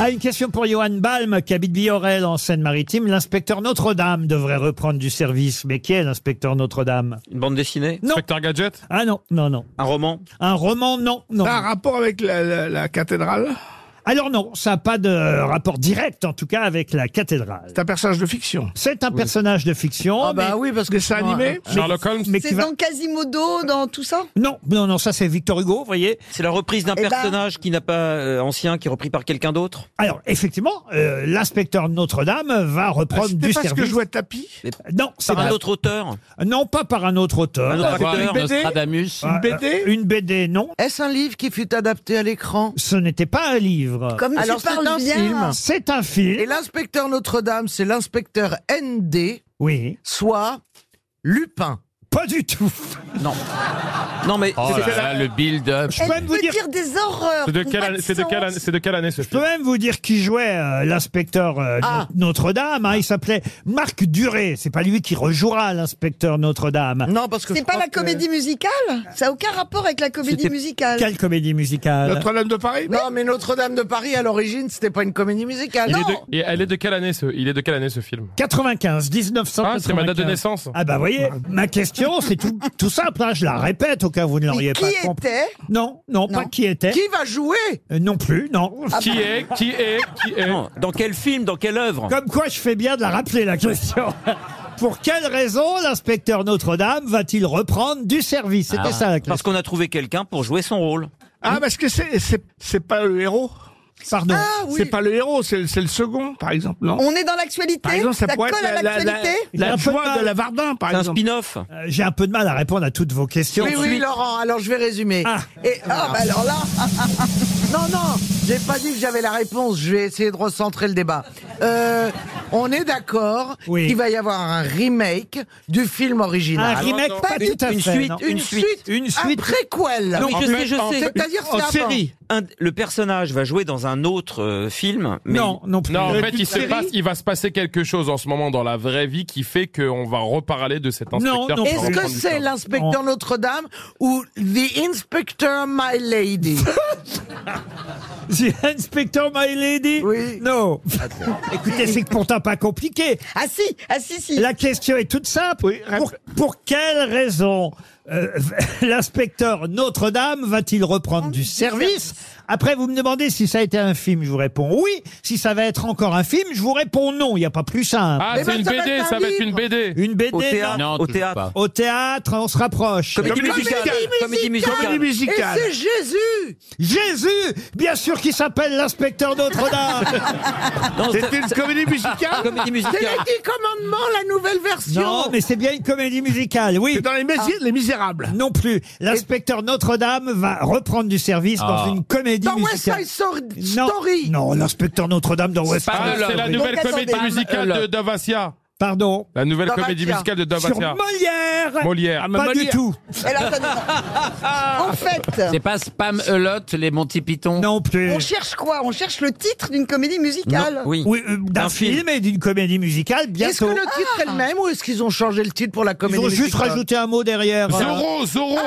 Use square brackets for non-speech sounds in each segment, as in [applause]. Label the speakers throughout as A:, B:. A: Ah, une question pour Johan Balm, qui habite Biorel en Seine-Maritime. L'inspecteur Notre-Dame devrait reprendre du service. Mais qui est l'inspecteur Notre-Dame
B: Une bande dessinée
A: Non.
C: Inspecteur Gadget
A: Ah non, non, non.
B: Un roman
A: Un roman, non, non.
D: Ça a un rapport avec la, la- la cathédrale
A: Alors non, ça n'a pas de euh, rapport direct, en tout cas, avec la cathédrale.
D: C'est un personnage de fiction.
A: C'est un personnage de fiction.
D: Ah bah
A: mais-
E: oui, parce
D: Dessin animé
C: Sherlock Holmes
A: mais qui
E: C'est
A: va-
E: dans Quasimodo, dans tout ça
A: Non, non, non, ça c'est Victor Hugo, vous voyez.
B: C'est la reprise d'un
E: Eh ben-
B: personnage qui n'a pas euh, ancien, qui est repris par quelqu'un d'autre
A: Alors, effectivement, euh, l'inspecteur Notre-Dame va reprendre
D: C'était
A: du
D: pas
A: service.
D: ce que jouait Tapi
A: Non, c'est
B: Par un
A: pas-
B: autre auteur
A: Non, pas par un autre auteur.
B: Un autre acteur
A: Ah,
D: BD
A: euh, Une BD, non.
F: Est-ce un livre qui fut adapté à l'écran
A: Ce n'était pas un livre.
E: Comme
F: Alors,
E: tu
F: c'est
E: parles
F: un
E: bien.
F: film.
A: C'est un
F: Et
A: film.
F: l'inspecteur Notre-Dame, c'est l'inspecteur ND,
A: Oui.
F: soit Lupin.
A: Pas du tout.
B: Non. Non, mais
G: Oh
B: c'est-
G: là là, le build-up.
A: Je
E: Elle
A: peux même vous
E: peut
A: dire,
E: dire... des horreurs.
C: C'est de,
E: qui
C: quelle
E: n'ont pas
C: année- c'est de quelle année-
E: sens.
C: c'est de quelle année ce
A: je peux
C: film
A: même vous dire qui jouait euh, l'inspecteur euh,
F: Ah.
A: No- Notre-Dame. hein. Il s'appelait Marc Duré. C'est pas lui qui rejouera l'inspecteur Notre-Dame.
F: Non, parce que. je
E: C'est pas
F: crois
E: la
F: que-
E: comédie musicale Ça n'a aucun rapport avec la comédie
B: C'était-
E: musicale.
A: Quelle comédie musicale
D: Notre-Dame de Paris
F: Non, mais Notre-Dame de Paris, à l'origine, c'était pas une comédie musicale.
C: Il est
F: Non.
C: de- et elle est de quelle année ce, il est de quelle année ce film
A: 95, 1995.
C: Ah, c'est ma date de naissance.
A: Ah bah voyez, ma question c'est tout, tout simple, hein, je la répète au cas où vous ne l'auriez
E: Mais
A: pas
E: qui
A: compris.
E: était
A: Non, non, pas
E: Non. Ah bah.
A: qui était,
F: Qui va jouer
A: Euh, non plus, non.
C: Qui est Qui est Qui est
B: non. dans quel film, dans quelle œuvre
A: Comme quoi je fais bien de la rappeler la question. [laughs] Pour quelle raison l'inspecteur Notre-Dame va-t-il reprendre du service
C: Ah.
A: C'était ça la
B: Parce
A: question.
B: qu'on a trouvé quelqu'un pour jouer son rôle.
D: Ah, parce que c'est- c'est c'est pas le héros.
A: Pardon.
E: Ah oui.
D: C'est pas le héros, c'est le c'est le second, par exemple, non
E: On est dans l'actualité
D: Par exemple, ça,
E: Ça
D: pourrait
E: colle
D: être la, la,
E: à
D: la,
E: l'actualité
A: Il y a
D: la
A: un peu de
D: joie
A: mal.
D: de la Vardin, par
B: C'est un
D: exemple.
B: spin-off.
A: Euh, J'ai un peu de mal à répondre à toutes vos questions.
F: Oui, oui, Laurent, alors je vais résumer.
A: Ah.
F: Et, ah, bah alors là. [laughs] non, non, j'ai pas dit que j'avais la réponse, je vais essayer de recentrer le débat. Euh, on est d'accord
A: Oui.
F: qu'il va y avoir un remake du film
A: Un
F: original.
A: remake,
C: non,
A: pas
B: une-
A: tout à
B: une
A: fait.
B: suite,
A: non.
F: Une
B: une
F: suite,
A: Une suite.
F: Un préquel.
B: Oui, je sais, je
D: en
B: sais.
D: fait,
F: C'est-à-dire que
D: en
F: c'est avant.
D: série.
B: Un- le personnage va jouer dans un autre euh, film. Mais
A: Non, non plus.
C: Non, en
D: Euh,
C: fait, il,
D: petite
C: se
D: série
C: passe, il va se passer quelque chose en ce moment dans la vraie vie qui fait qu'on va reparler de cet inspecteur.
A: non,
C: qui va
F: Est-ce que
C: reprendre du
F: c'est
C: temps.
F: l'inspecteur Notre-Dame ou The Inspector My Lady
A: The Inspector My Lady
F: Oui.
A: Non. Écoutez, c'est pourtant pas compliqué.
E: Ah si, ah si, si.
A: La question est toute simple. pour, pour quelle raison euh, [laughs] l'inspecteur Notre-Dame va-t-il reprendre du service Après, vous me demandez si ça a été un film, je vous réponds oui. Si ça va être encore un film, je vous réponds non. Il n'y a pas plus simple.
C: Ah,
F: Mais
C: c'est
F: ben,
C: une
F: ça va
C: BD,
F: être un
C: ça va être une
F: livre.
C: BD.
A: Une BD
B: Au théâtre.
A: non.
G: Non,
B: Au
G: toujours
B: théâtre.
G: pas.
A: Au théâtre, on se rapproche.
B: Comédie
D: Comédie
B: musicale.
D: musicale.
B: Comédie
D: Comédie
B: musicale.
F: Et
D: musicale.
F: c'est Jésus
A: Jésus, bien sûr, qui s'appelle l'inspecteur Notre-Dame.
B: Non, c'est-
D: C'était une comédie musicale
B: comédie
F: C'est
B: musicale.
F: les dix commandements, la nouvelle version
A: [laughs] non, mais c'est bien une comédie musicale, oui.
D: C'est dans les, Misi- les Misérables.
A: Non plus. L'inspecteur Notre-Dame va reprendre du service
G: Ah.
A: dans une comédie
F: Dans West
A: musicale.
F: Side Sor-
A: non,
F: Story
A: non, l'inspecteur Notre-Dame dans West
G: pas
A: Side.
C: Ah,
G: de
C: c'est la
G: l'œuvre.
C: nouvelle
E: Donc,
C: comédie
E: attendez.
C: musicale de Davasia.
A: Pardon.
C: La nouvelle
F: Davasia.
C: comédie musicale de
A: Sur
C: Davasia.
A: Molière.
C: Molière.
A: Pas du
D: Molière.
A: tout.
E: Elle a- en fait,
G: C'est pas Spam Elot, les Monty Python
A: Non plus.
E: on cherche quoi On cherche le titre d'une comédie musicale.
B: Non, oui.
A: Oui, euh, d'un
B: Un
A: film.
B: film.
A: et d'une comédie musicale
F: Est-ce que
A: bientôt.
F: le titre est le même ou est-ce qu'ils ont changé le titre pour la
A: Ils
F: comédie
A: ont juste
F: musicale
A: rajouté un mot derrière.
C: Zorro, Zorro,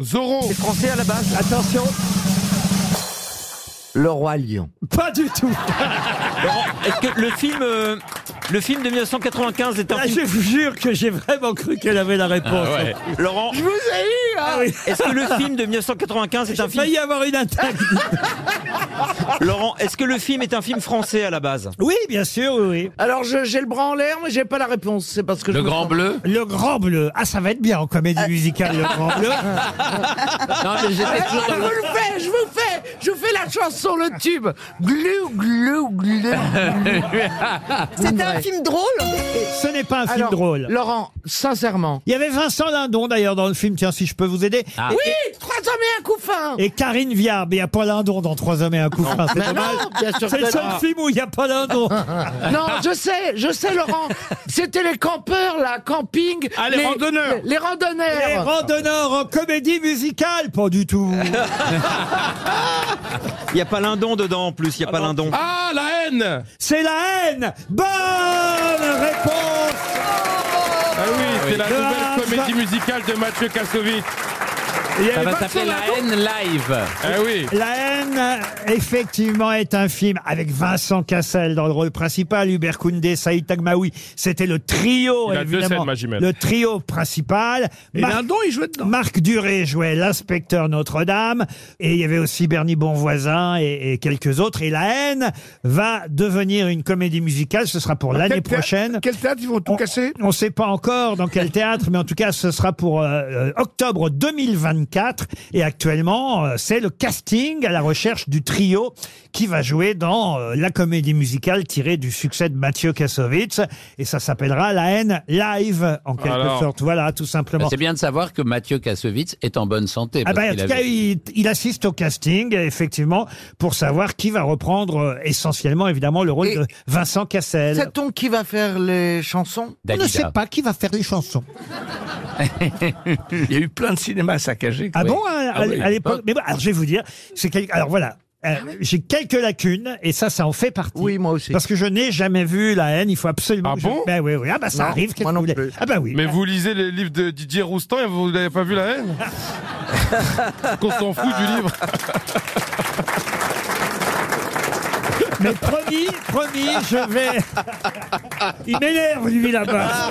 C: Zorro.
B: C'est français à la base.
A: Attention,
F: Le Roi Lion.
A: pas du tout.
B: Est-ce que le film, euh, le film de 1995 est un
A: Là,
B: film
A: je vous jure que j'ai vraiment cru qu'elle avait la réponse.
G: Ouais.
B: Laurent,
F: Je vous ai eu hein
A: Ah oui.
B: est-ce que le film de 1995 est un
A: Il va
B: film
A: y avoir une attaque.
B: Laurent, est-ce que le film est un film français à la base
A: Oui, bien sûr, oui. oui.
F: Alors je- j'ai le bras en l'air mais j'ai pas la réponse, c'est parce que je
G: Le
F: me
G: Grand
F: sens-
G: Bleu
A: Le Grand Bleu. Ah, ça va être bien en comédie musicale, le Grand
F: [laughs]
A: Bleu.
G: Non, mais j'étais
F: Ah,
G: toujours
F: je vous
G: dans-
F: le fais, je vous fais, je vous fais la chanson, le tube. Glou, glou,
A: [laughs]
F: glou.
E: C'était un film drôle
A: Ce n'est pas un film
F: Alors,
A: drôle.
F: Laurent, sincèrement.
A: Il y avait Vincent Lindon d'ailleurs dans le film, tiens si je peux vous aider.
G: Ah.
F: Oui, trois hommes et un couffin.
A: Et Karine Viard, mais il n'y a pas Lindon dans Trois hommes et un couffin, c'est
F: Mais
A: dommage.
F: non, bien sûr
A: C'est le
F: que
A: seul
F: non. Ah,
A: film où il n'y a pas
F: [laughs]
A: Lindon.
F: Non, je sais, je sais, Laurent. C'était les campeurs, là, camping.
D: Ah, les randonneurs.
F: Les, les randonneurs.
A: Les randonneurs en comédie musicale, pas du
F: [laughs]
A: tout.
B: Il n'y a pas Lindon dedans en plus, il n'y a pas Lindon.
C: Ah, la haine
A: C'est la haine. Bonne réponse.
C: Ah oui, Ah, c'est la
A: De
C: nouvelle
A: Hans.
C: comédie musicale de Mathieu Kassovitz.
A: Il y
G: Ça
A: avait
G: va
A: pas de
G: s'appeler
A: Sonato
G: La haine live.
C: Eh oui.
A: La haine, euh, effectivement, est un film avec Vincent Cassel dans le rôle principal, Hubert Koundé, Saïd Tagmaoui. C'était le trio,
C: Il a deux
A: évidemment,
C: scènes, ma jumelle.
A: le trio principal.
D: Et
A: Marc-
D: Lindon, il jouait dedans.
A: Marc Duré jouait l'inspecteur Notre-Dame et il y avait aussi Bernie Bonvoisin et, et quelques autres. Et La haine va devenir une comédie musicale. Ce sera pour l'année
D: Ah, Quel théâtre-
A: prochaine.
D: Quel théâtre ils vont tout
A: On-
D: casser
A: On ne sait pas encore dans quel théâtre, mais en tout cas, ce sera pour euh, euh, octobre 2024. Et actuellement, euh, c'est le casting à la recherche du trio qui va jouer dans euh, la comédie musicale tirée du succès de Mathieu Kassovitz. Et ça s'appellera La haine live, en quelque
C: Alors.
A: sorte. Voilà, tout simplement.
G: Bah, C'est bien de savoir que Mathieu Kassovitz est en bonne santé.
A: Ah
G: parce
A: bah, en
G: qu'il
A: tout cas,
G: avait-
A: il, il assiste au casting, effectivement, pour savoir qui va reprendre euh, essentiellement, évidemment, le rôle
F: Et-
A: de Vincent Cassel.
F: Sait-on qui va faire les chansons
A: On ne
G: Dalida.
A: sait pas qui va faire les chansons.
D: Il y a eu plein de cinémas saccagés.
A: Ah
G: Oui.
A: bon, à,
G: Ah
A: à-
G: oui.
A: à l'époque Mais bon, alors, je vais vous dire, c'est quel- alors voilà, euh, j'ai quelques lacunes et ça, ça en fait partie.
F: Ah Oui, moi aussi.
A: Parce que je n'ai jamais vu la haine, il faut absolument.
C: Ah
A: que
C: bon
A: je... Ben oui, oui. Ah bah ça
F: Non,
A: arrive. qu'est-ce
F: moi
A: que
F: non
A: vous voulez
F: plus.
A: Ah bah oui.
C: Mais vous lisez les livres de Didier Roustan et vous n'avez pas vu la haine Qu'on s'en fout du livre.
A: Mais promis, promis, je vais. Il m'énerve lui là-bas.